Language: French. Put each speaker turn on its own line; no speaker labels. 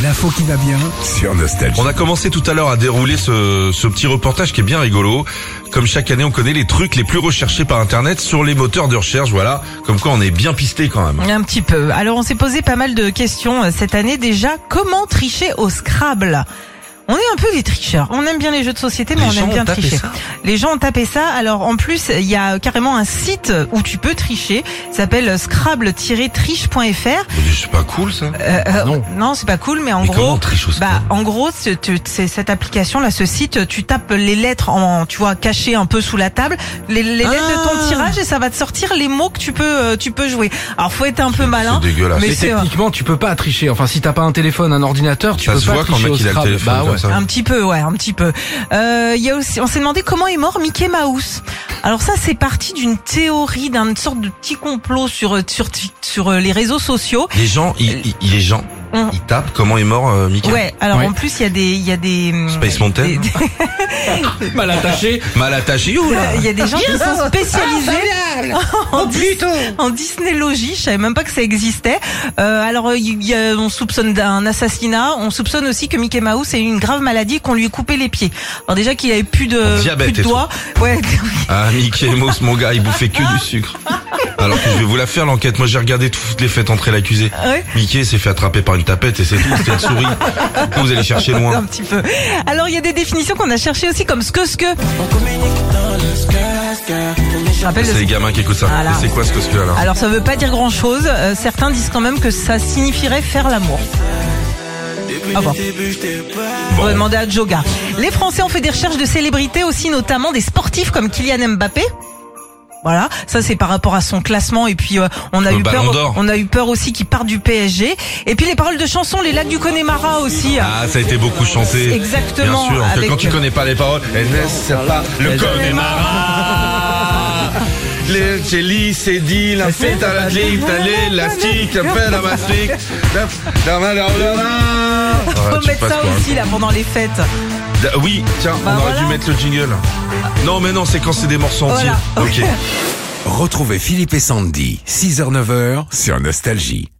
L'info qui va bien.
sur Nostalgie.
On a commencé tout à l'heure à dérouler ce, ce petit reportage qui est bien rigolo. Comme chaque année, on connaît les trucs les plus recherchés par Internet sur les moteurs de recherche. Voilà, comme quoi on est bien pisté quand même.
Un petit peu. Alors on s'est posé pas mal de questions euh, cette année déjà. Comment tricher au Scrabble on est un peu des tricheurs. On aime bien les jeux de société, mais
Les
on
gens
aime bien
ont tapé
tricher.
ça
Les gens ont tapé ça. Alors en plus, il y a carrément un site où tu peux tricher. Ça s'appelle scrabble-triche.fr.
Mais C'est pas cool ça.
Euh, euh,
Non.
non, c'est pas cool, mais en
Mais comment
gros,
on triche au
Bah,
Scrabble
en gros, ce- tu- c'est cette application-là, ce site, tu tapes les lettres en, tu vois, cachées un peu sous la table, les, les lettres de
Ah.
ton tirage et ça va te sortir les mots que tu peux, euh, tu peux jouer. Alors, faut être un peu malin.
C'est dégueulasse.
mais
Mais
c'est
techniquement, tu peux pas tricher. Enfin, si t'as pas un téléphone, un ordinateur, tu
Ça
peux
se
pas
voit quand le
tricher
mec
au
il a le
Scrabble.
téléphone
bah
comme
ouais.
ça.
Un petit peu, ouais, un petit peu. Euh, Il y a aussi, on s'est demandé comment est mort Mickey Mouse. Alors ça, c'est parti d'une théorie, d'une sorte de petit complot sur euh, sur Tik- sur euh, les réseaux sociaux.
Les gens, ils, ils- les gens,
On-
ils tapent comment est mort euh, Mickey.
Hum. Ouais. Alors
Ouais.
en plus, il y a des, il y a des hum,
Space Mountain.
des- des-
Mal attaché.
Mal attaché, où là
Il y a des gens qui sont spécialisés
Ah, Oh,
en, Dis- en Disneylogie. Je savais même pas que ça existait. Euh, alors, euh, il y a- on soupçonne d'un assassinat. On soupçonne aussi que Mickey Mouse a eu une grave maladie et qu'on lui ait coupé les pieds. Alors déjà qu'il avait plus de,
Diabète
plus de
et
doigts. Ouais.
Ah, Mickey Mouse, mon gars, il bouffait que du sucre. Alors que je vais vous la faire l'enquête. Moi, j'ai regardé toutes les fêtes entrer l'accusé.
ouais.
Mickey s'est fait attraper par une tapette et c'est tout. C'était une souris. Pourquoi vous allez chercher
Un
loin
petit peu. Alors, il y a des définitions qu'on a cherchées aussi, comme ce que, ce que. Je rappelle
C'est
le-
les gamins qui écoutent ça.
Voilà.
Et c'est quoi ce que ce que là
Alors, ça veut pas dire grand chose. certains disent quand même que ça signifierait faire l'amour. Ah bon. On va
Bon.
demander à Joga. Les Français ont fait des recherches de célébrités aussi, notamment des sportifs comme Kylian Mbappé. Voilà, ça c'est par rapport à son classement et puis euh, on a
Le
eu
Ballon
peur,
d'Or.
on a eu peur aussi qu'il parte du PSG. Et puis les paroles de chansons, les lacs du Connemara aussi.
Ah, ça a été beaucoup chanté.
Exactement,
Bien sûr, que
avec-
quand tu connais pas les paroles, elle ne sait pas le Connemara. Le jelly, c'est dit, la fête à la clip, t'as l'élastique, la peine à ma flic. la- la- la- la- la-
Faut
Ah, tu
mettre
passes
ça
quoi, hein.
aussi là pendant les fêtes.
Da- Oui, tiens,
Bah,
on aurait
voilà.
dû mettre le jingle. Non, mais non, c'est quand c'est des morceaux entiers.
Voilà.
Ok.
Retrouvez Philippe et Sandy, 6h-9h sur Nostalgie.